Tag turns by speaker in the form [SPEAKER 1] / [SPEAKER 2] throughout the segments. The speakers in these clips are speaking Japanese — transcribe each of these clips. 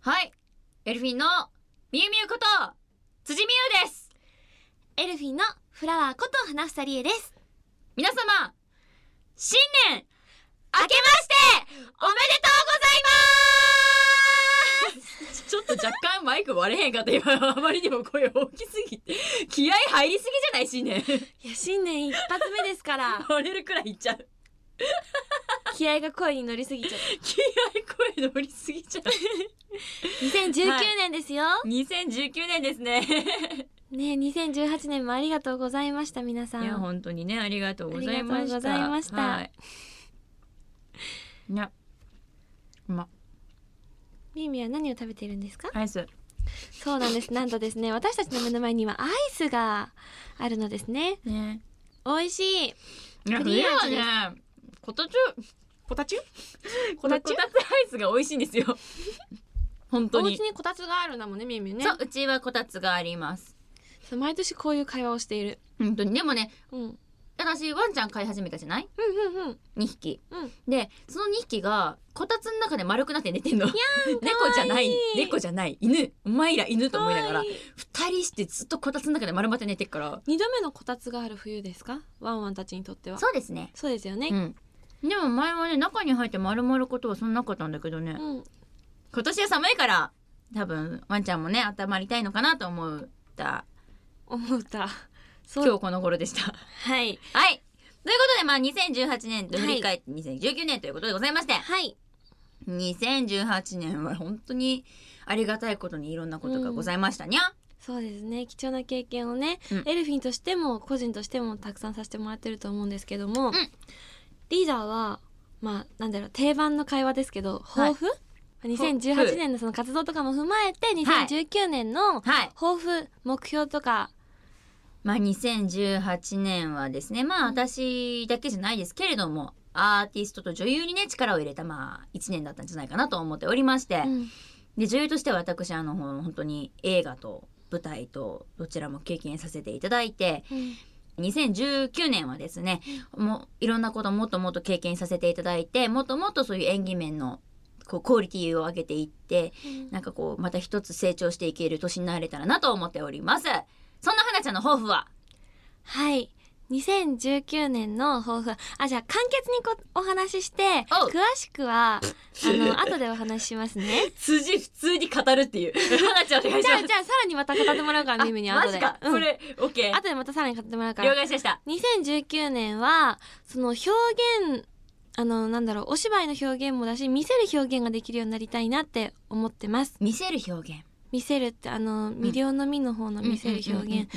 [SPEAKER 1] はい。エルフィンのみゆみゆこと辻みゆです。
[SPEAKER 2] エルフィンのフラワーこと花房理恵です。
[SPEAKER 1] 皆様、新年明けましておめでとうございますちょっと若干マイク割れへんかった今あまりにも声大きすぎて気合入りすぎじゃない新年
[SPEAKER 2] いや、新年一発目ですか ら、
[SPEAKER 1] 割れるくらいいっちゃう
[SPEAKER 2] 気合が声に乗りすぎちゃっ
[SPEAKER 1] 気合声乗りすぎちゃう
[SPEAKER 2] た。2019年ですよ。
[SPEAKER 1] 2019年ですね
[SPEAKER 2] ねえ、2018年もありがとうございました、皆 さ
[SPEAKER 1] いや
[SPEAKER 2] ん。
[SPEAKER 1] 本当にねありがとうございました。
[SPEAKER 2] ありがとうございました
[SPEAKER 1] はい。ね、ま
[SPEAKER 2] みゆみゆは何を食べているんですか
[SPEAKER 1] アイス。
[SPEAKER 2] そうなんです。なんとですね、私たちの目の前にはアイスがあるのですね。
[SPEAKER 1] ね。
[SPEAKER 2] 美味し
[SPEAKER 1] い
[SPEAKER 2] い。
[SPEAKER 1] や冬
[SPEAKER 2] クリーム味です
[SPEAKER 1] はね、こ たちゅこたちゅこた
[SPEAKER 2] た
[SPEAKER 1] ち
[SPEAKER 2] ちゅ
[SPEAKER 1] アイスが美味しいんですよ。 本当
[SPEAKER 2] お
[SPEAKER 1] に
[SPEAKER 2] 家。にこたつがあるんだもんね、みゆみゆね
[SPEAKER 1] そ。ううちはこたつがあります。
[SPEAKER 2] そう毎年こういう会話をしている。
[SPEAKER 1] 本当にでもね
[SPEAKER 2] うん。うん
[SPEAKER 1] 私ワンちゃん飼い始めたじゃない
[SPEAKER 2] うんうん。
[SPEAKER 1] 2匹、
[SPEAKER 2] うん
[SPEAKER 1] でその2匹がこたつの中で丸くなって寝てんの 猫じゃない
[SPEAKER 2] かわいい
[SPEAKER 1] 猫じゃない犬お前ら犬と思いながら
[SPEAKER 2] 可愛
[SPEAKER 1] 二
[SPEAKER 2] い
[SPEAKER 1] 人してずっとこたつの中で丸まって寝てっから
[SPEAKER 2] 二度目のこたつがある冬ですかワンワンたちにとっては。
[SPEAKER 1] そうですね
[SPEAKER 2] そうですよね。
[SPEAKER 1] うんでも前はね中に入って丸まることはそんななかったんだけどね、
[SPEAKER 2] うん、
[SPEAKER 1] 今年は寒いから多分ワンちゃんもね温まりたいのかなと思った
[SPEAKER 2] 思った。そ
[SPEAKER 1] 今日この頃でした
[SPEAKER 2] はい。
[SPEAKER 1] はいということでまあ2018年と振り返って2019年ということでございまして、
[SPEAKER 2] はい。
[SPEAKER 1] 2018年は本当にありがたいことにいろんなことがございましたにゃ、
[SPEAKER 2] そうですね。貴重な経験をね、
[SPEAKER 1] うん
[SPEAKER 2] エルフィンとしても個人としてもたくさんさせてもらってると思うんですけども、
[SPEAKER 1] ん
[SPEAKER 2] リーダーはまあなんだろう定番の会話ですけど
[SPEAKER 1] はい
[SPEAKER 2] 抱負、2018年のその活動とかも踏まえて
[SPEAKER 1] はい
[SPEAKER 2] 2019年の
[SPEAKER 1] はい
[SPEAKER 2] 抱負目標とか、
[SPEAKER 1] まあ2018年はですねまあ
[SPEAKER 2] うん
[SPEAKER 1] 私だけじゃないですけれどもアーティストと女優にね力を入れたまあ1年だったんじゃないかなと思っておりまして、
[SPEAKER 2] うん
[SPEAKER 1] で女優としては私あのほん本当に映画と舞台とどちらも経験させていただいて2019年はですねもういろんなことをもっともっと経験させていただいてもっともっとそういう演技面のこうクオリティを上げていってなんかこうまた一つ成長していける年になれたらなと思っておりますそんな花ちゃんの抱負は
[SPEAKER 2] はい。2019年の抱負。あ、じゃあ、簡潔にこお話しして、
[SPEAKER 1] おう。
[SPEAKER 2] 詳しくは、あ の、後でお話ししますね
[SPEAKER 1] 辻普通に語るって いう花ちゃんお願い
[SPEAKER 2] じゃあ、じゃあ、さらにまた語ってもらうから、ミムには後で。うん
[SPEAKER 1] これ OK
[SPEAKER 2] 後でまたさらに語ってもらうか
[SPEAKER 1] 了
[SPEAKER 2] ら。
[SPEAKER 1] 解しました
[SPEAKER 2] 2019年は、その表現、あの、なんだろう、お芝居の表現もだし、見せる表現ができるようになりたいなって思ってます。
[SPEAKER 1] 見せる表現
[SPEAKER 2] 見せるって、あの、魅了の実の方の見せる
[SPEAKER 1] うんうんうんうん
[SPEAKER 2] 表現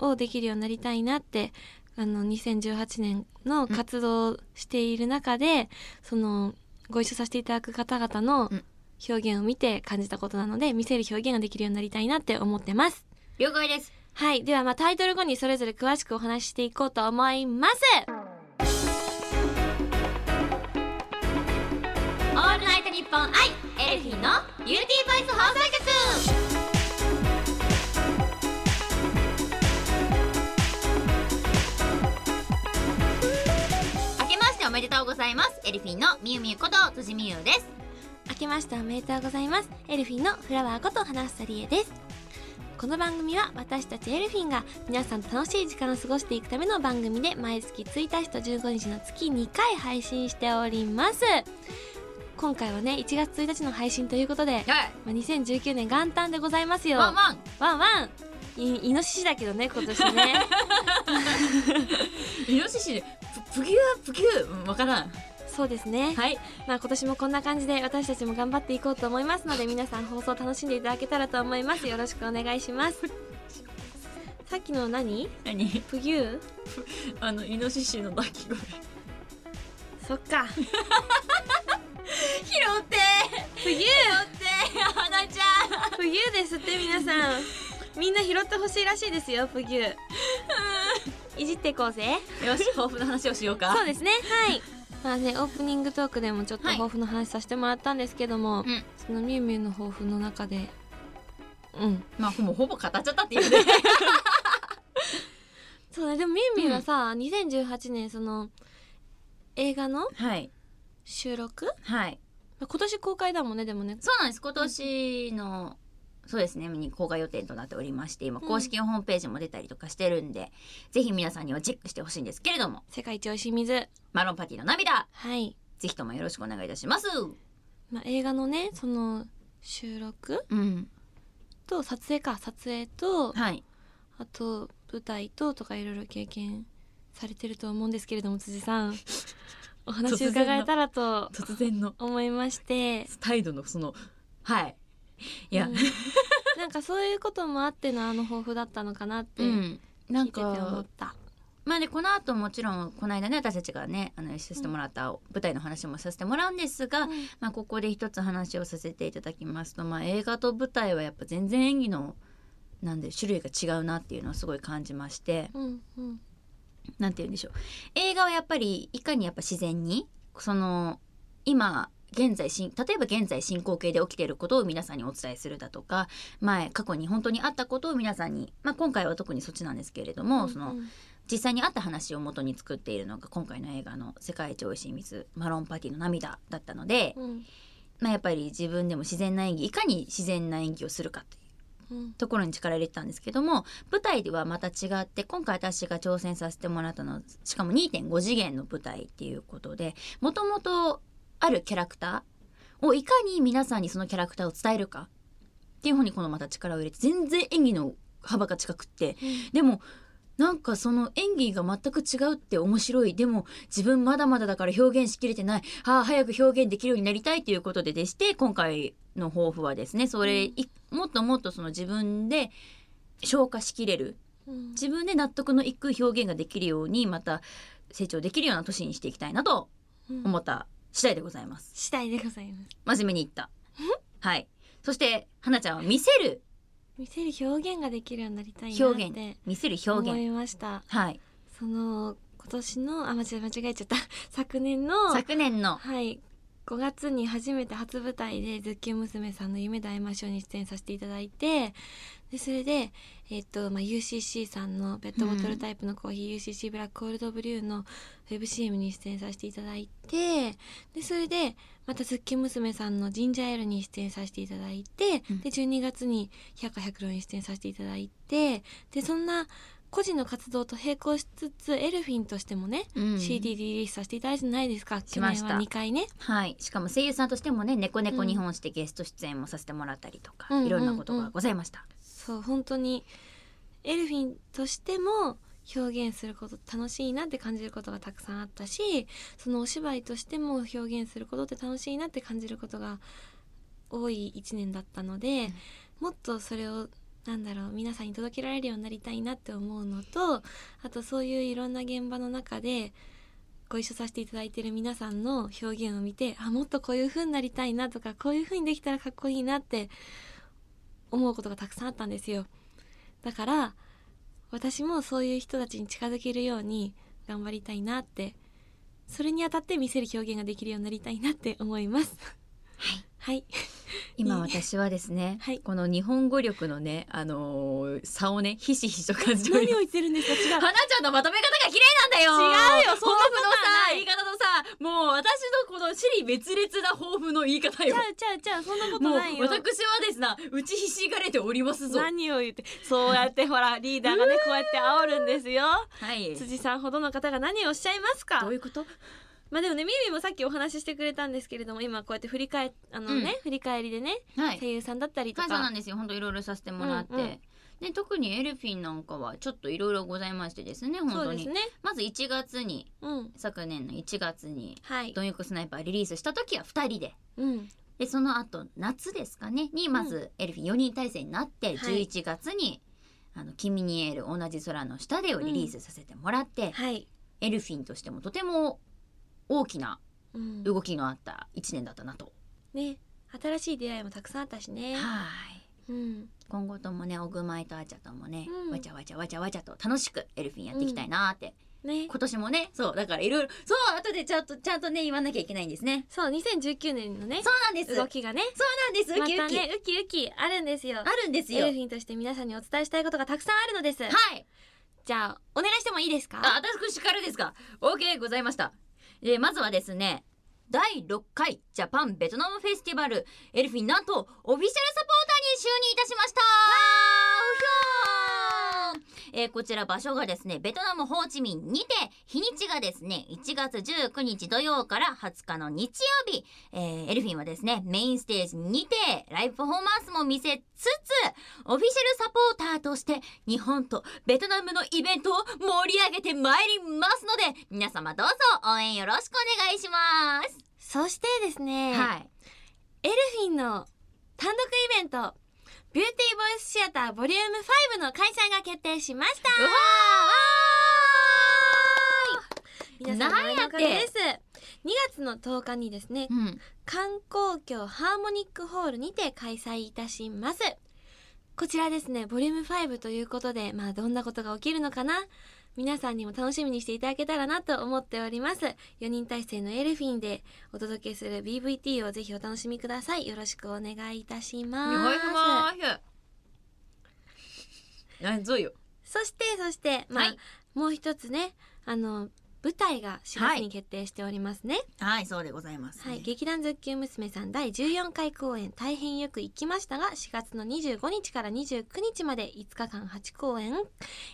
[SPEAKER 2] をできるようになりたいなってあの2018年の活動をしている中で、そのご一緒させていただく方々の
[SPEAKER 1] うん
[SPEAKER 2] 表現を見て感じたことなので見せる表現ができるようになりたいなって思ってます。
[SPEAKER 1] 了解です
[SPEAKER 2] はい。では、まあ、タイトル後にそれぞれ詳しくお話ししていこうと思います。
[SPEAKER 1] オールナイトニッポンアイエルフィンのビューティーバイス放送局明けましておめでとうございますエルフィンのみゆみゆこと辻みゆです
[SPEAKER 2] 明けましておめでとうございます。エルフィンのフラワーこと花房理恵です。この番組は私たちエルフィンが皆さんと楽しい時間を過ごしていくための番組で毎月1日と15日の月2回配信しております。今回はね、1月1日の配信ということで、
[SPEAKER 1] はい
[SPEAKER 2] まあ、2019年元旦でございますよ。
[SPEAKER 1] ワンワン
[SPEAKER 2] ワンワンいイノシシだけどね、今年ね。
[SPEAKER 1] イノシシププギュープギューうんわからん
[SPEAKER 2] そうですね。
[SPEAKER 1] はい
[SPEAKER 2] まあ今年もこんな感じで私たちも頑張っていこうと思いますので皆さん放送楽しんでいただけたらと思いますよろしくお願いしますさっきの何
[SPEAKER 1] 何
[SPEAKER 2] プギュー
[SPEAKER 1] あのイノシシの鳴き声拾
[SPEAKER 2] そっか
[SPEAKER 1] って
[SPEAKER 2] プギュ
[SPEAKER 1] 拾っ
[SPEAKER 2] ー
[SPEAKER 1] て花ちゃん
[SPEAKER 2] プギューですって皆さんみんな拾ってほしいらしいですよプギューいじっていこうぜ
[SPEAKER 1] よし抱負の話をしようか
[SPEAKER 2] そうですねはい まあねオープニングトークでもちょっと
[SPEAKER 1] はい
[SPEAKER 2] 抱負の話させてもらったんですけども、
[SPEAKER 1] うん
[SPEAKER 2] そのみゆみゆの抱負の中でうん
[SPEAKER 1] まあもうほぼ語っちゃったっていうね
[SPEAKER 2] そうねでもみゆみゆはさ、2018年その映画の
[SPEAKER 1] はい
[SPEAKER 2] 収録
[SPEAKER 1] はい
[SPEAKER 2] 今年公開だもんねでもね
[SPEAKER 1] そうなんです今年の、そうですねに公開予定となっておりまして今公式ホームページも出たりとかしてるんで、ぜひ皆さんにはチェックしてほしいんですけれども
[SPEAKER 2] 世界一美味しい水
[SPEAKER 1] マロンパティの涙
[SPEAKER 2] はい、
[SPEAKER 1] ぜひともよろしくお願いいたします
[SPEAKER 2] まあ、映画のねその収録
[SPEAKER 1] うん
[SPEAKER 2] と撮影か撮影と
[SPEAKER 1] はい
[SPEAKER 2] あと舞台ととかいろいろ経験されてると思うんですけれども辻 さんお話伺えたらと
[SPEAKER 1] 突然の
[SPEAKER 2] 思いまして
[SPEAKER 1] 態度のそのはいいや
[SPEAKER 2] うんなんかそういうこともあってのあの抱負だったのかなって
[SPEAKER 1] う
[SPEAKER 2] 聞い
[SPEAKER 1] ん、なん
[SPEAKER 2] てて思っ
[SPEAKER 1] か
[SPEAKER 2] た、
[SPEAKER 1] まあでこの後もちろんこの間ね私たちがねあのさせてもらった舞台の話もさせてもらうんですが、
[SPEAKER 2] うん
[SPEAKER 1] まあ、ここで一つ話をさせていただきますと、まあ、映画と舞台はやっぱ全然演技のなんで種類が違うなっていうのはすごい感じまして
[SPEAKER 2] うんうん
[SPEAKER 1] なんて言うんでしょう映画はやっぱりいかにやっぱ自然にその今現在進例えば現在進行形で起きていることを皆さんにお伝えするだとか前過去に本当にあったことを皆さんに、まあ、今回は特にそっちなんですけれども、その
[SPEAKER 2] んん
[SPEAKER 1] 実際にあった話を元に作っているのが今回の映画の「世界一おいしい水マロンパティの涙」だったので、
[SPEAKER 2] うん
[SPEAKER 1] まあ、やっぱり自分でも自然な演技いかに自然な演技をするかという
[SPEAKER 2] うん
[SPEAKER 1] ところに力を入れてたんですけども舞台ではまた違って今回私が挑戦させてもらったのはしかも2.5次元の舞台っていうことでもともとあるキャラクターをいかに皆さんにそのキャラクターを伝えるかっていう方にこのまた力を入れて全然演技の幅が近くってでもなんかその演技が全く違うって面白いでも自分まだまだだから表現しきれてないああ早く表現できるようになりたいということででして今回の抱負はですねそれ、いもっともっとその自分で消化しきれる
[SPEAKER 2] うん
[SPEAKER 1] 自分で納得のいく表現ができるようにまた成長できるような年にしていきたいなと
[SPEAKER 2] うん
[SPEAKER 1] 思った次第でございます。
[SPEAKER 2] 次第でございます
[SPEAKER 1] 真面目に言った。はい。そして花ちゃんは見せる
[SPEAKER 2] 見せる表現ができるようになりたいなっ
[SPEAKER 1] 表現
[SPEAKER 2] て
[SPEAKER 1] 見せる表
[SPEAKER 2] 思
[SPEAKER 1] 現
[SPEAKER 2] いました
[SPEAKER 1] はい
[SPEAKER 2] その今年のあ間違え間違えちゃった 昨年の
[SPEAKER 1] 昨年の
[SPEAKER 2] はい5月に初めて初舞台で「ズッキュン娘さんの夢で会いましょう」に出演させていただいてでそれで、えっとまあ、UCC さんのペットボトルタイプのコーヒー、UCC ブラックコールドブリューのウェブ CM に出演させていただいてでそれでまた「ズッキュン娘さんのジンジャーエール」に出演させていただいて、
[SPEAKER 1] うん
[SPEAKER 2] で12月に「百花百郎」に出演させていただいてでそんな個人の活動と並行しつつエルフィンとしてもね、
[SPEAKER 1] うん
[SPEAKER 2] CD リリースさせていただいたじゃないですか
[SPEAKER 1] しました
[SPEAKER 2] 去年は2回ね
[SPEAKER 1] はい、しかも声優さんとしてもね「猫
[SPEAKER 2] う
[SPEAKER 1] 猫
[SPEAKER 2] ん
[SPEAKER 1] 日本史」でゲスト出演もさせてもらったりとか、
[SPEAKER 2] うんうんうん
[SPEAKER 1] いろんなことがございました。
[SPEAKER 2] そう本当にエルフィンとしても表現すること楽しいなって感じることがたくさんあったしそのお芝居としても表現することって楽しいなって感じることが多い1年だったので、もっとそれをなんだろう皆さんに届けられるようになりたいなって思うのとあとそういういろんな現場の中でご一緒させていただいてる皆さんの表現を見てあもっとこういう風になりたいなとかこういう風にできたらかっこいいなって思うことがたくさんあったんですよだから私もそういう人たちに近づけるように頑張りたいなってそれにあたって見せる表現ができるようになりたいなって思います はい、
[SPEAKER 1] 今
[SPEAKER 2] いい
[SPEAKER 1] 私はですね、
[SPEAKER 2] はい
[SPEAKER 1] この日本語力のね、あのー差をねひしひしと感じてお
[SPEAKER 2] 何
[SPEAKER 1] りま
[SPEAKER 2] を
[SPEAKER 1] す。
[SPEAKER 2] 言ってるんですか違う
[SPEAKER 1] 花ちゃんのまとめ方が綺麗なんだよ
[SPEAKER 2] 違うよそんなことはない
[SPEAKER 1] 抱負のさ言い方のさもう私のこの私利滅裂な抱負の言い方
[SPEAKER 2] ち
[SPEAKER 1] よ
[SPEAKER 2] ゃうちゃうちゃうそんなこと
[SPEAKER 1] もう
[SPEAKER 2] ない
[SPEAKER 1] 私
[SPEAKER 2] よ
[SPEAKER 1] はですな打ちひしがれておりますぞ
[SPEAKER 2] 何を言ってそうやって ほらリーダーがねこうやって煽るんですよ
[SPEAKER 1] はい
[SPEAKER 2] 辻さんほどの方が何をおっしゃいますか
[SPEAKER 1] どういうこと
[SPEAKER 2] まあでもねみみもさっきお話ししてくれたんですけれども今こうやって振り返あのね、振り返りでね
[SPEAKER 1] はい
[SPEAKER 2] 声優さんだったりと
[SPEAKER 1] はい、そうな
[SPEAKER 2] か
[SPEAKER 1] んですよ本当いろいろさせてもらって、
[SPEAKER 2] うんうん
[SPEAKER 1] で特にエルフィンなんかはちょっといろいろございましてですね本
[SPEAKER 2] そ
[SPEAKER 1] 当
[SPEAKER 2] うで
[SPEAKER 1] に、
[SPEAKER 2] すね
[SPEAKER 1] まず1月に
[SPEAKER 2] うん
[SPEAKER 1] 昨年の1月に
[SPEAKER 2] は
[SPEAKER 1] 「
[SPEAKER 2] い
[SPEAKER 1] ドン横スナイパー」リリースした時は2人で
[SPEAKER 2] うん
[SPEAKER 1] でその後夏ですかねにまずエルフィン4人体制になって、
[SPEAKER 2] はい
[SPEAKER 1] 11月に「あの君に言える同じ空の下で」をリリースさせてもらって、
[SPEAKER 2] はい、
[SPEAKER 1] エルフィンとしてもとても大きな
[SPEAKER 2] うん、
[SPEAKER 1] 動きのあった1年だったなと。
[SPEAKER 2] ね新しい出会いもたくさんあったしね
[SPEAKER 1] はい
[SPEAKER 2] うん
[SPEAKER 1] 今後ともねオグマイとアチャともね、
[SPEAKER 2] うん
[SPEAKER 1] わちゃわちゃわちゃわちゃと楽しくエルフィンやっていきたいなーって、
[SPEAKER 2] ね
[SPEAKER 1] 今年もねそうだからいろいろそう後でちゃんとちゃんとね言わなきゃいけないんですね
[SPEAKER 2] そう2019年のね
[SPEAKER 1] そうなんですそう
[SPEAKER 2] 動きがね
[SPEAKER 1] なんですウ
[SPEAKER 2] ま
[SPEAKER 1] キ
[SPEAKER 2] た
[SPEAKER 1] ウキ、
[SPEAKER 2] ねウキウキあるんですよ
[SPEAKER 1] あるんです
[SPEAKER 2] エ
[SPEAKER 1] よ
[SPEAKER 2] ル
[SPEAKER 1] は
[SPEAKER 2] フィンとして皆さんにお伝えしたいことがたくさんあるのです
[SPEAKER 1] い
[SPEAKER 2] じゃあお願いしてもいいですか
[SPEAKER 1] あ私からですか OK ございましたでまずはですね第6回ジャパンベトナムフェスティバルエルフィンなんとオフィシャルサポーターに就任いたしましたうひょーえーこちら場所がですねベトナムホーチミンにて日にちがですね1月19日土曜から20日の日曜日、えーエルフィンはですねメインステージにてライブパフォーマンスも見せつつオフィシャルサポーターとして日本とベトナムのイベントを盛り上げてまいりますので皆様どうぞ応援よろしくお願いします、
[SPEAKER 2] そしてですね、
[SPEAKER 1] はい
[SPEAKER 2] エルフィンの単独イベントビューティーボイスシアターボリューム5の開催が決定しました
[SPEAKER 1] うわ
[SPEAKER 2] 皆さんのお
[SPEAKER 1] なんやっ
[SPEAKER 2] か
[SPEAKER 1] て
[SPEAKER 2] げです2月の10日にですね
[SPEAKER 1] ーうん
[SPEAKER 2] 観光協ハーモニックホールにて開催いたしますこちらですねボリューム5ということでまあどんなことが起きるのかな皆さんにも楽しみにしていただけたらなと思っております4人体制のエルフィンでお届けする BVT をぜひお楽しみくださいよろしくお願いいたします
[SPEAKER 1] すなんぞよ
[SPEAKER 2] そしてそしてまあ、
[SPEAKER 1] はい
[SPEAKER 2] もう一つねあの舞台が4月
[SPEAKER 1] はい
[SPEAKER 2] に決定しておりますね、
[SPEAKER 1] はいそうでございます、
[SPEAKER 2] はい、劇団ズッキュン娘さん第14回公演大変よく行きましたが4月の25日から29日まで5日間8公演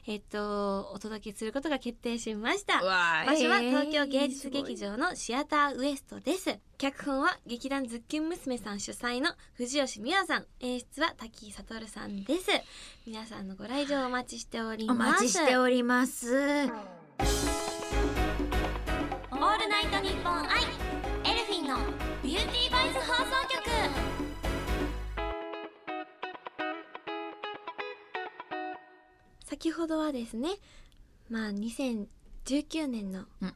[SPEAKER 2] えっとお届けすることが決定しました
[SPEAKER 1] わ
[SPEAKER 2] 場所は東京芸術劇場のシアターウエストです脚本は劇団ズッキュン娘さん主催の藤吉美和さん演出は滝悟さんです皆さんのご来場お待ちしており
[SPEAKER 1] お
[SPEAKER 2] ます
[SPEAKER 1] 待ちしております
[SPEAKER 2] オールナイトニッポン愛エルフィンのビューティーバイス放送局先ほどはですねまあ2019年の
[SPEAKER 1] うん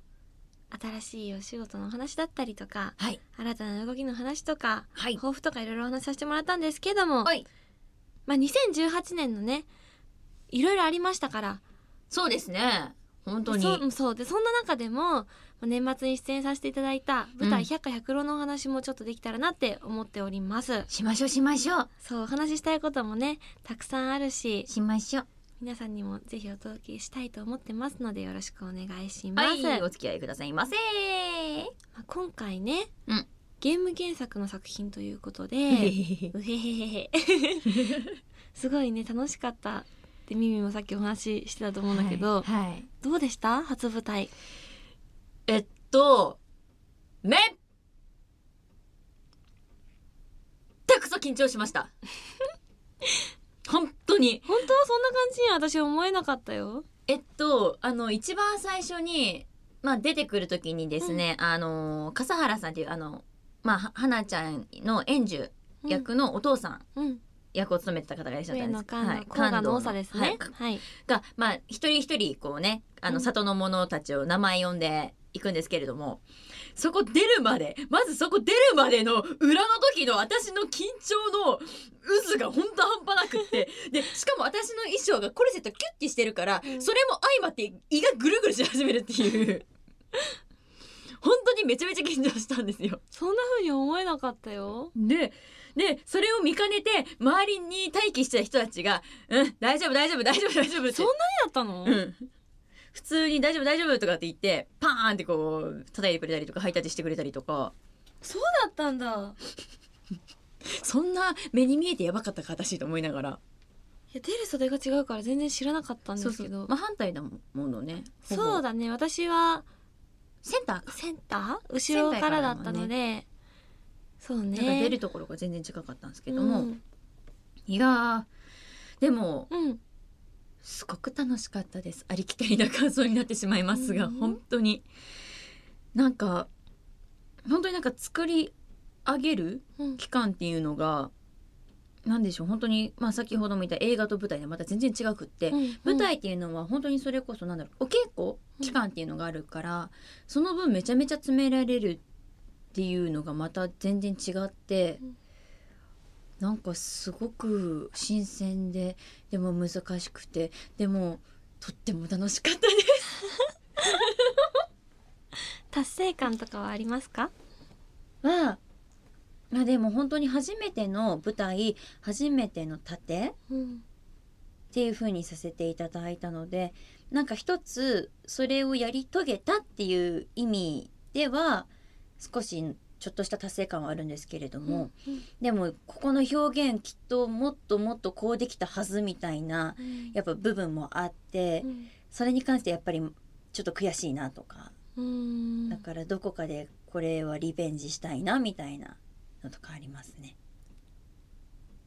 [SPEAKER 2] 新しいお仕事のお話だったりとか、
[SPEAKER 1] はい
[SPEAKER 2] 新たな動きの話とか、
[SPEAKER 1] はい
[SPEAKER 2] 抱負とかいろいろお話しさせてもらったんですけども、
[SPEAKER 1] はい
[SPEAKER 2] まあ2018年のねいろいろありましたから
[SPEAKER 1] そうですね本当に
[SPEAKER 2] そうそうでそんな中でもまあ年末に出演させていただいた舞台「
[SPEAKER 1] うん
[SPEAKER 2] 百花百郎」のお話もちょっとできたらなって思っております
[SPEAKER 1] しましょうしましょう
[SPEAKER 2] そうお話ししたいこともねたくさんあるし
[SPEAKER 1] しましょう
[SPEAKER 2] 皆さんにもぜひお届けしたいと思ってますのでよろしくお願いします、
[SPEAKER 1] はいお
[SPEAKER 2] ま
[SPEAKER 1] 付き合いくださいませ
[SPEAKER 2] あ、今回ね、
[SPEAKER 1] うん
[SPEAKER 2] ゲーム原作の作品というこ とでうへへへへ すごいね楽しかったってミミもさっきお話ししてたと思うんだけ
[SPEAKER 1] は
[SPEAKER 2] ど、
[SPEAKER 1] いはい
[SPEAKER 2] どうでした初舞台
[SPEAKER 1] えっとめったくそ緊張しました 本当に
[SPEAKER 2] 本当はそんな感じには私思えなかったよ。
[SPEAKER 1] えっとあの一番最初に、まあ、出てくる時にですね、あの笠原さんっていうあの、まあ、は花ちゃんの園児役のお父さん、
[SPEAKER 2] うん、
[SPEAKER 1] 役を務めてた方がいらっしゃった
[SPEAKER 2] 上
[SPEAKER 1] んです
[SPEAKER 2] 野勘の甲
[SPEAKER 1] 感
[SPEAKER 2] 賀
[SPEAKER 1] 動
[SPEAKER 2] の多さですね。はい、
[SPEAKER 1] が、まあ、一人一人こうねあ
[SPEAKER 2] う
[SPEAKER 1] の
[SPEAKER 2] ん
[SPEAKER 1] 里の者たちを名前呼んでいくんですけれども、そこ出るまでまずそこ出るまでの裏の時の私の緊張の渦が本当半端なくってでしかも私の衣装がコルセットキュッてしてるから、
[SPEAKER 2] うん
[SPEAKER 1] それも相まって胃がぐるぐるし始めるっていう本当にめちゃめちゃ緊張したんですよ。
[SPEAKER 2] そんな風に思えなかったよ。
[SPEAKER 1] で、で、それを見かねて、周りに待機してた人たちが、うん、大丈夫、大丈夫、大丈夫、大丈夫って
[SPEAKER 2] そんなにだったの？
[SPEAKER 1] うん、普通に「大丈夫大丈夫」とかって言ってパーンってこう叩いてくれたりとかハイタッチしてくれたりとか
[SPEAKER 2] そうだったんだ。
[SPEAKER 1] そんな目に見えてやばかったか私と思いながら
[SPEAKER 2] いや出る袖が違うから全然知らなかったんですけど。
[SPEAKER 1] まあ、反対だものね
[SPEAKER 2] そう
[SPEAKER 1] だ
[SPEAKER 2] だね。私は
[SPEAKER 1] センターか、
[SPEAKER 2] センター後ろからだったので、そうね。
[SPEAKER 1] なんか出るところが全然近かったんですけども、
[SPEAKER 2] うん、
[SPEAKER 1] いやーでも
[SPEAKER 2] うん
[SPEAKER 1] すごく楽しかったですありきたりな感想になってしまいますが、
[SPEAKER 2] うん
[SPEAKER 1] 本当になんか本当になんか作り上げる
[SPEAKER 2] うん
[SPEAKER 1] 期間っていうのが何でしょう本当にまあ先ほども言った映画と舞台でまた全然違くって、
[SPEAKER 2] うん
[SPEAKER 1] 舞台っていうのは本当にそれこそなんだろうお稽古
[SPEAKER 2] うん
[SPEAKER 1] 期間っていうのがあるから、その分めちゃめちゃ詰められるっていうのがまた全然違って、
[SPEAKER 2] うん
[SPEAKER 1] なんかすごく新鮮ででも難しくてでもとっても楽しかったです。
[SPEAKER 2] 達成感とかはありますか？
[SPEAKER 1] はまあでも本当に初めての舞台初めての盾、
[SPEAKER 2] うん
[SPEAKER 1] っていう風にさせていただいたのでなんか一つそれをやり遂げたっていう意味では少しちょっとした達成感はあるんですけれども、
[SPEAKER 2] うんうん
[SPEAKER 1] でもここの表現きっともっともっとこうできたはずみたいな
[SPEAKER 2] うん
[SPEAKER 1] やっぱ部分もあって、
[SPEAKER 2] うん
[SPEAKER 1] それに関してやっぱりちょっと悔しいなとか、
[SPEAKER 2] うん
[SPEAKER 1] だからどこかでこれはリベンジしたいなみたいなのとかありますね。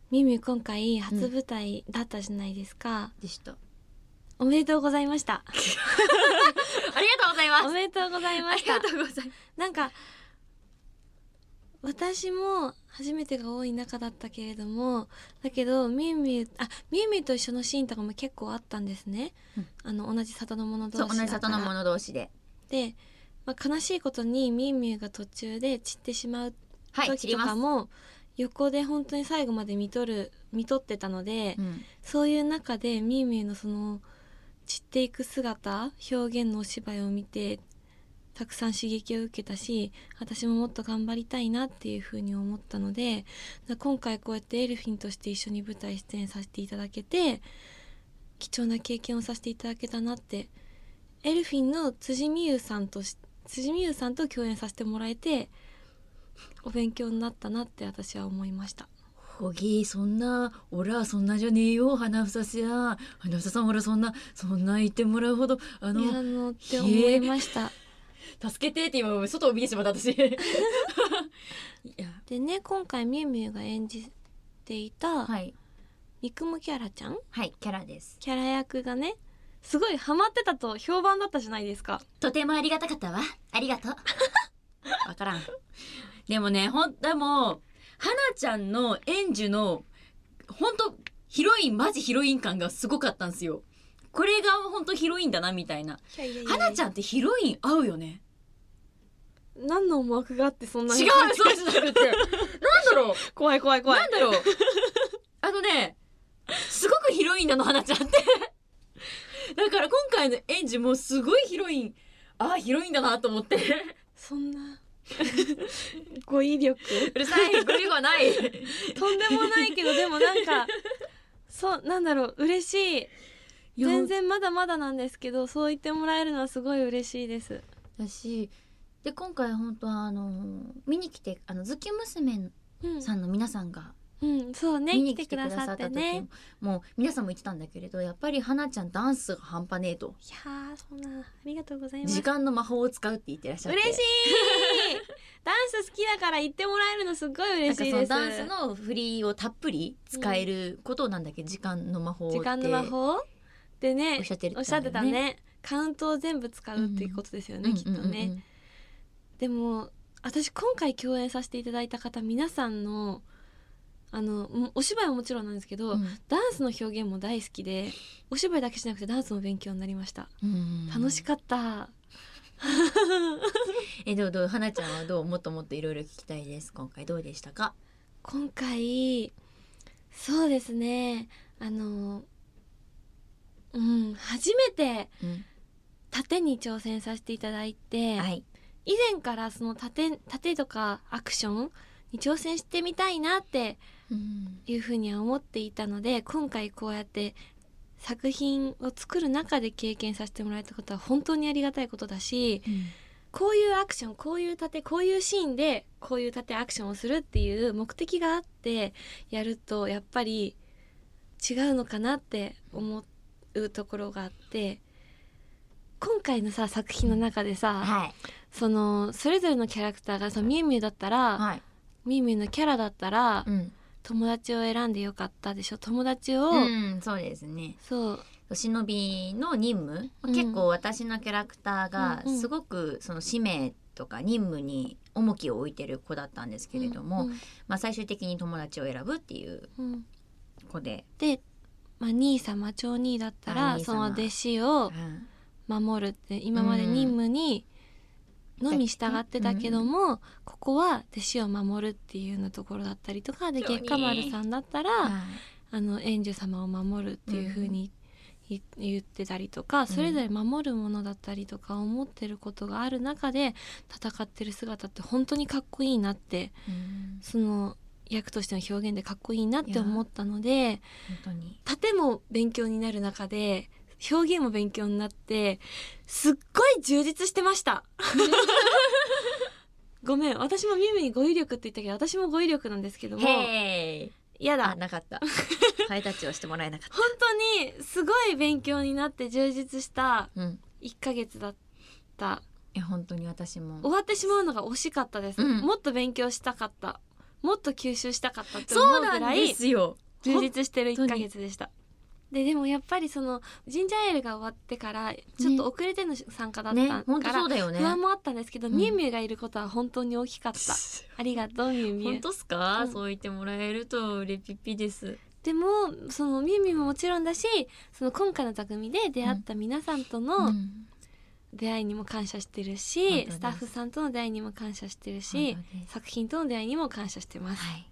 [SPEAKER 2] ミミ今回初舞台だったじゃないですか、
[SPEAKER 1] でした。
[SPEAKER 2] おめでとうございました
[SPEAKER 1] ありがとうございま
[SPEAKER 2] お
[SPEAKER 1] す。
[SPEAKER 2] めでとうござい
[SPEAKER 1] あ
[SPEAKER 2] ま
[SPEAKER 1] り
[SPEAKER 2] した
[SPEAKER 1] がとうございます。
[SPEAKER 2] なんか私も初めてが多い中だったけれどもだけどみゆみゆあみゆみゆと一緒のシーンとかも結構あったんですね、
[SPEAKER 1] うん
[SPEAKER 2] あの同じ里の者同士
[SPEAKER 1] そう同
[SPEAKER 2] だから
[SPEAKER 1] じ里の者同士で、
[SPEAKER 2] で、まあ、悲しいことにみゆみゆが途中で散ってしまう
[SPEAKER 1] はい切
[SPEAKER 2] 時
[SPEAKER 1] り
[SPEAKER 2] と
[SPEAKER 1] ま
[SPEAKER 2] か
[SPEAKER 1] す。
[SPEAKER 2] も、横で本当に最後まで見とる見とってたので、
[SPEAKER 1] うん
[SPEAKER 2] そういう中でみゆみゆのその散っていく姿表現のお芝居を見てたくさん刺激を受けたし私ももっと頑張りたいなっていうふうに思ったのでな今回こうやってエルフィンとして一緒に舞台出演させていただけて貴重な経験をさせていただけたなってエルフィンの辻美優さんとし辻美優さんと共演させてもらえてお勉強になったなって私は思いました。
[SPEAKER 1] ほぎそんなおらそんなじゃねえよ花房さん花房さんほらそんなそんな言ってもらうほどあ
[SPEAKER 2] いやあ
[SPEAKER 1] の
[SPEAKER 2] のって思いました。
[SPEAKER 1] 助けてって今外を見てしまった 私いや
[SPEAKER 2] でね今回みゆみゆが演じていた
[SPEAKER 1] はい
[SPEAKER 2] 三雲キャラちゃん
[SPEAKER 1] はいキャラです
[SPEAKER 2] キャラ役がねすごいハマってたと評判だったじゃないですか
[SPEAKER 1] とてもありがたかったわありがとうわからんでもねほんでも花ちゃんの演じのほんとヒロインマジヒロイン感がすごかったんですよこれが本当ヒロインだなみたいな花ち
[SPEAKER 2] ゃ
[SPEAKER 1] ゃんってヒロイン合うよね
[SPEAKER 2] ん何の思惑があってそんなに
[SPEAKER 1] 違うそうじゃなくてなんだろう
[SPEAKER 2] 怖い怖い怖い
[SPEAKER 1] なんだろうあのねすごくヒロインなの花ちゃんってだから今回のエンジもすごいヒロインああヒロインだなと思って
[SPEAKER 2] そんな 語彙力
[SPEAKER 1] うるさいゴリゴない
[SPEAKER 2] とんでもないけどでもなんかそうなんだろう嬉しい全然まだまだなんですけどそう言ってもらえるのはすごい嬉しいです
[SPEAKER 1] だしで今回本当はあの見に来てあのズキ娘
[SPEAKER 2] うん、
[SPEAKER 1] さんの皆さんが
[SPEAKER 2] うん、そうね
[SPEAKER 1] 見
[SPEAKER 2] 来
[SPEAKER 1] に
[SPEAKER 2] て
[SPEAKER 1] 来
[SPEAKER 2] く
[SPEAKER 1] てく
[SPEAKER 2] だ
[SPEAKER 1] だ
[SPEAKER 2] さ
[SPEAKER 1] さ
[SPEAKER 2] っ
[SPEAKER 1] ってた時
[SPEAKER 2] ね
[SPEAKER 1] ももう皆さんも言ってたんだけれどやっぱり花ちゃんダンスが半端ねえと
[SPEAKER 2] いやーそんなありがとうございます
[SPEAKER 1] 時間の魔法を使うって言ってらっしゃって
[SPEAKER 2] 嬉しい ダンス好きだから言ってもらえるのすっごい嬉しいです
[SPEAKER 1] なんかそのダンスの振りをたっぷり使えることなんだっけ、時間の魔法って
[SPEAKER 2] 時間の魔法でね
[SPEAKER 1] おっしゃってる
[SPEAKER 2] おっしゃってたねカウントを全部使うっていうことですよね、きっとね、でも私今回共演させていただいた方皆さんのあのもお芝居はもちろんなんですけど、ダンスの表現も大好きでお芝居だけじゃなくてダンスも勉強になりました楽し
[SPEAKER 1] く
[SPEAKER 2] かった、
[SPEAKER 1] えどうどう花ちゃんはどうもっともっといろいろ聞きたいです今回どうでしたか
[SPEAKER 2] 今回そうですねあのうん初めて
[SPEAKER 1] うん
[SPEAKER 2] 盾に挑戦させていただいて、
[SPEAKER 1] はい
[SPEAKER 2] 以前からその盾盾とかアクションに挑戦してみたいなっていうふうには思っていたので今回こうやって作品を作る中で経験させてもらえたことは本当にありがたいことだしこういうアクションこういう盾こういうシーンでこういう盾アクションをするっていう目的があってやるとやっぱり違うのかなって思うところがあって今回のさ作品の中でさ、
[SPEAKER 1] はい
[SPEAKER 2] そのそれぞれのキャラクターがそのみゆみゆだったら、
[SPEAKER 1] はい
[SPEAKER 2] みゆみゆのキャラだったら、
[SPEAKER 1] うん、
[SPEAKER 2] 友達を選んでよかったでしょ友達を、
[SPEAKER 1] うん、そうですね
[SPEAKER 2] そう
[SPEAKER 1] 忍びの任務、
[SPEAKER 2] うん
[SPEAKER 1] 結構私のキャラクターが
[SPEAKER 2] うんうん
[SPEAKER 1] すごくその使命とか任務に重きを置いてる子だったんですけれども、まあ、最終的に友達を選ぶっていう
[SPEAKER 2] うんうん
[SPEAKER 1] 子で、
[SPEAKER 2] で、まあ、兄様長兄だった
[SPEAKER 1] あ
[SPEAKER 2] ら
[SPEAKER 1] 兄様
[SPEAKER 2] その弟子を
[SPEAKER 1] うん
[SPEAKER 2] 守るって今まで任務にのみ従ってたけども、ここは弟子を守るっていうようなところだったりとかで
[SPEAKER 1] そうね
[SPEAKER 2] 月下丸さんだったら、あの園女様を守るっていうふうにい言ってたりとか、それぞれ守るものだったりとか思ってることがある中で戦ってる姿って本当にかっこいいなって
[SPEAKER 1] うん
[SPEAKER 2] その役としての表現でかっこいいなって思ったので
[SPEAKER 1] 本当に
[SPEAKER 2] 盾も勉強になる中で表現も 勉強になってすっごい充実してました。ごめん私もミュウミュウに語彙力って言ったけど私も語彙力なんですけども
[SPEAKER 1] へー
[SPEAKER 2] やだ
[SPEAKER 1] あなかったハイタッチをしてもらえなかっ
[SPEAKER 2] 本当にすごい勉強になって充実した
[SPEAKER 1] たうん
[SPEAKER 2] 1ヶ月だった
[SPEAKER 1] え本当に私も
[SPEAKER 2] 終わってしまうのが惜しかったです、
[SPEAKER 1] うん
[SPEAKER 2] もっと勉強したかったもっと吸収したかったって思
[SPEAKER 1] そう
[SPEAKER 2] うぐ
[SPEAKER 1] な
[SPEAKER 2] ら
[SPEAKER 1] んで
[SPEAKER 2] い
[SPEAKER 1] すよ
[SPEAKER 2] 充実してる
[SPEAKER 1] 本
[SPEAKER 2] 1
[SPEAKER 1] 当
[SPEAKER 2] ヶ
[SPEAKER 1] に
[SPEAKER 2] 月でしたででもやっぱりそのジンジャーエールが終わってからちょっと遅れての参加だった
[SPEAKER 1] ね
[SPEAKER 2] から、
[SPEAKER 1] 本当そうだよね
[SPEAKER 2] 不安もあったんですけど、
[SPEAKER 1] うん
[SPEAKER 2] ミュウミュウがいることは本当に大きかったありがとうミュウミュ
[SPEAKER 1] 本
[SPEAKER 2] ウ
[SPEAKER 1] 当っすか、
[SPEAKER 2] うん
[SPEAKER 1] そう言ってもらえるとレピピです
[SPEAKER 2] でもそのミュウミュウももちろんだしその今回の匠で出会った皆さんとの、
[SPEAKER 1] うん
[SPEAKER 2] 出会いにも感謝してる
[SPEAKER 1] 本当
[SPEAKER 2] し
[SPEAKER 1] です
[SPEAKER 2] スタッフさんとの出会いにも感謝してるし
[SPEAKER 1] 本当です
[SPEAKER 2] 作品との出会いにも感謝してます
[SPEAKER 1] はい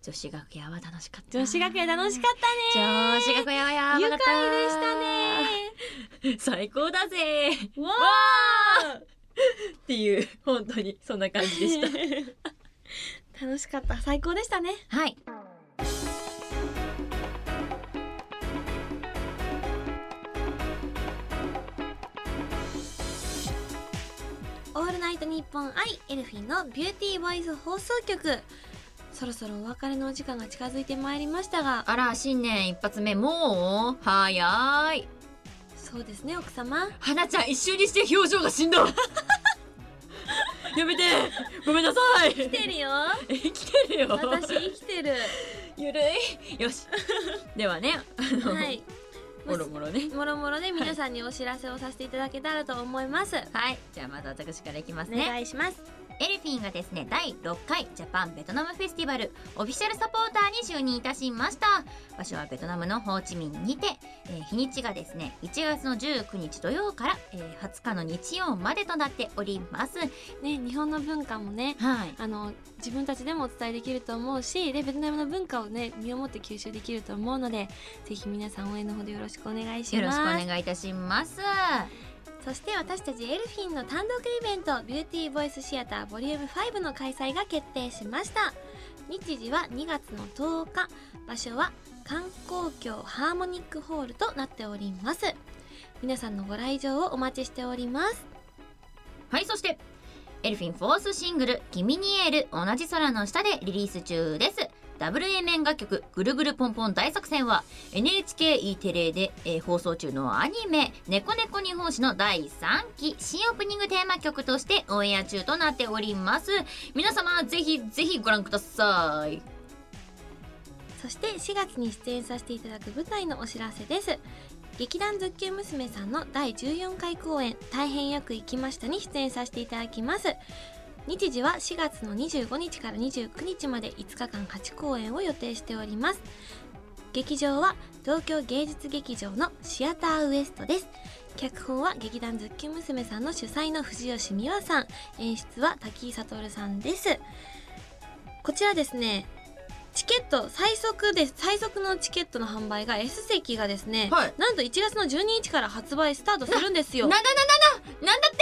[SPEAKER 1] 女子楽屋は楽しかった
[SPEAKER 2] 女子学園楽しかっ
[SPEAKER 1] った女子楽屋は
[SPEAKER 2] た
[SPEAKER 1] や
[SPEAKER 2] ね愉
[SPEAKER 1] ばか
[SPEAKER 2] 快
[SPEAKER 1] っ
[SPEAKER 2] で
[SPEAKER 1] た
[SPEAKER 2] したね
[SPEAKER 1] 最高だぜ
[SPEAKER 2] わ
[SPEAKER 1] あーっていう本当にそんな感じでした
[SPEAKER 2] た 楽しかった最高でしたね
[SPEAKER 1] はい
[SPEAKER 2] オールナイトニッポンアイエルフィンのビューティーボイス放送局そろそろお別れのお時間が近づいてまいりましたが
[SPEAKER 1] あら新年一発目もう早い
[SPEAKER 2] そうですね奥様
[SPEAKER 1] 花ちゃん一瞬にして表情が死んだ やめてごめんなさい生き
[SPEAKER 2] 生きてるよ
[SPEAKER 1] 生きてるよ
[SPEAKER 2] 私生き てる
[SPEAKER 1] ゆるいよし ではねあの
[SPEAKER 2] はい
[SPEAKER 1] もろもろね
[SPEAKER 2] もろもろで皆さんにお知らせをさせていただけたらと思います。
[SPEAKER 1] はいじゃあまず私からいきます
[SPEAKER 2] お
[SPEAKER 1] ね
[SPEAKER 2] 願いします。
[SPEAKER 1] エルフィンがですね第6回ジャパンベトナムフェスティバルオフィシャルサポーターに就任いたしました場所はベトナムのホーチミンにて、えー日にちがですね1月の19日土曜から、えー20日の日曜までとなっております
[SPEAKER 2] ね、日本の文化もね、
[SPEAKER 1] はい
[SPEAKER 2] あの自分たちでもお伝えできると思うし、でベトナムの文化をね身をもって吸収できると思うので、ぜひ皆さん応援のほどよろしくお願いし
[SPEAKER 1] よろ
[SPEAKER 2] ま
[SPEAKER 1] しく
[SPEAKER 2] す。
[SPEAKER 1] お願いいたします
[SPEAKER 2] そして私たちエルフィンの単独イベント「ビューティーボイスシアターボリューム5の開催が決定しました日時は2月の10日場所は観光協ハーモニックホールとなっております皆さんのご来場をお待ちしております
[SPEAKER 1] はいそしてエルフィンフォースシングル「君にエール同じ空の下」でリリース中ですダブル A 面楽曲「ぐるぐるポンポン大作戦は」NHKE テレで、えー放送中のアニメ「ねこねこ日本史」の第3期新オープニングテーマ曲としてオンエア中となっております皆様ぜひぜひご覧ください
[SPEAKER 2] そして4月に出演させていただく舞台のお知らせです劇団ズッキュン娘さんの第14回公演「大変よく行きました」に出演させていただきます日時は4月の25日から29日まで5日間8公演を予定しております劇場は東京芸術劇場のシアターウエストです脚本は劇団ズッキュン娘さんの主催の藤吉美和さん演出は滝井悟さんですこちらですねチケット最速です最速のチケットの販売が S 席がですね、
[SPEAKER 1] はい
[SPEAKER 2] なんと1月の12日から発売スタートするんですよ
[SPEAKER 1] なななななんだって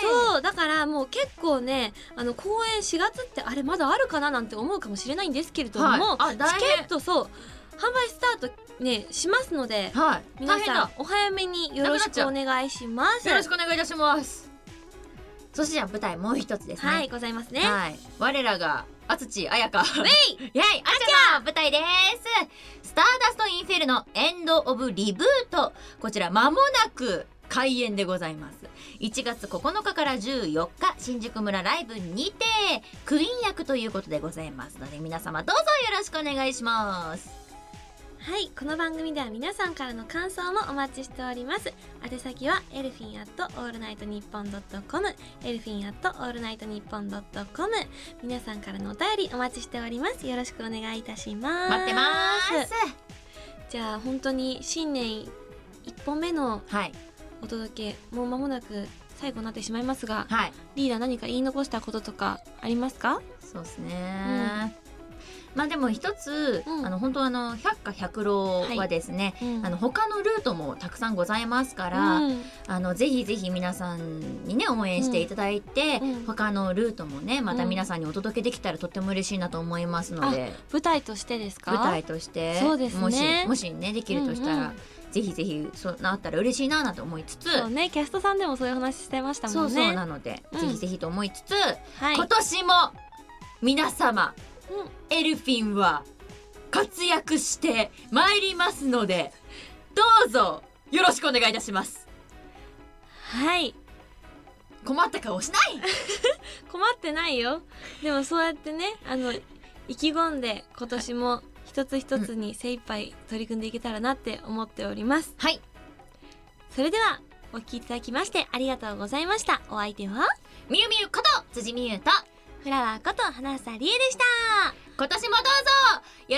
[SPEAKER 2] そうだからもう結構ねあの公演4月ってあれまだあるかななんて思うかもしれないんですけれども、
[SPEAKER 1] はいあ大
[SPEAKER 2] チ
[SPEAKER 1] 変
[SPEAKER 2] ケットそう販売スタートねしますので
[SPEAKER 1] はい
[SPEAKER 2] 皆
[SPEAKER 1] 大変
[SPEAKER 2] さん
[SPEAKER 1] だ
[SPEAKER 2] お早めによろしくお願いします。
[SPEAKER 1] よろしくお願いいたしますそしてじゃあ舞台もう一つですね
[SPEAKER 2] はいございますね。
[SPEAKER 1] はい、我らが安土彩香ウェ
[SPEAKER 2] イ
[SPEAKER 1] イイェイあちゃんの舞台ですスターダストインフェルノエンドオブリブートこちら間もなく開演でございます1月9日から14日新宿村ライブにてクイーン役ということでございますので皆様どうぞよろしくお願いします
[SPEAKER 2] はい、この番組では皆さんからの感想もお待ちしております。宛先はエルフィンアットオールナイトニッポンドットコム、エルフィンアットオールナイトニッポンドットコム。皆さんからのお便りお待ちしております。よろしくお願いいたします。
[SPEAKER 1] 待ってます
[SPEAKER 2] じゃあ本当に新年一本目の
[SPEAKER 1] はい
[SPEAKER 2] お届けもう間もなく最後になってしまいますが、
[SPEAKER 1] はい
[SPEAKER 2] リーダー何か言い残したこととかありますか？
[SPEAKER 1] そうですね、まあでも一つ、
[SPEAKER 2] うん
[SPEAKER 1] あの本当あの百花百郎はですね、あの他のルートもたくさんございますから、
[SPEAKER 2] うん
[SPEAKER 1] あのぜひぜひ皆さんにね応援していただいて、
[SPEAKER 2] うんうん
[SPEAKER 1] 他のルートもねまた皆さんにお届けできたらとっても嬉しいなと思いますので、
[SPEAKER 2] 舞台としてですか？
[SPEAKER 1] 舞台として
[SPEAKER 2] そうですね
[SPEAKER 1] もしもしねできるとしたら、
[SPEAKER 2] うん
[SPEAKER 1] ぜひぜひそうなったら嬉しいななんて思いつつ
[SPEAKER 2] そうねキャストさんでもそういう話してましたもん
[SPEAKER 1] そう
[SPEAKER 2] ね
[SPEAKER 1] そうなので、
[SPEAKER 2] うん
[SPEAKER 1] ぜひぜひと思いつつ、
[SPEAKER 2] はい
[SPEAKER 1] 今年も皆様、エルフィンは活躍してまいりますのでどうぞよろしくお願いいたします
[SPEAKER 2] はい
[SPEAKER 1] 困った顔しない
[SPEAKER 2] 困ってないよでもそうやってねあの意気込んで今年も一つ一つに精一杯取り組んでいけたらなって思っております
[SPEAKER 1] はい
[SPEAKER 2] それではお聞きいただきましてありがとうございましたお相手は
[SPEAKER 1] みゆみゆこと辻みゆと
[SPEAKER 2] フラワーこと花房理恵でした
[SPEAKER 1] 今年もどうぞよ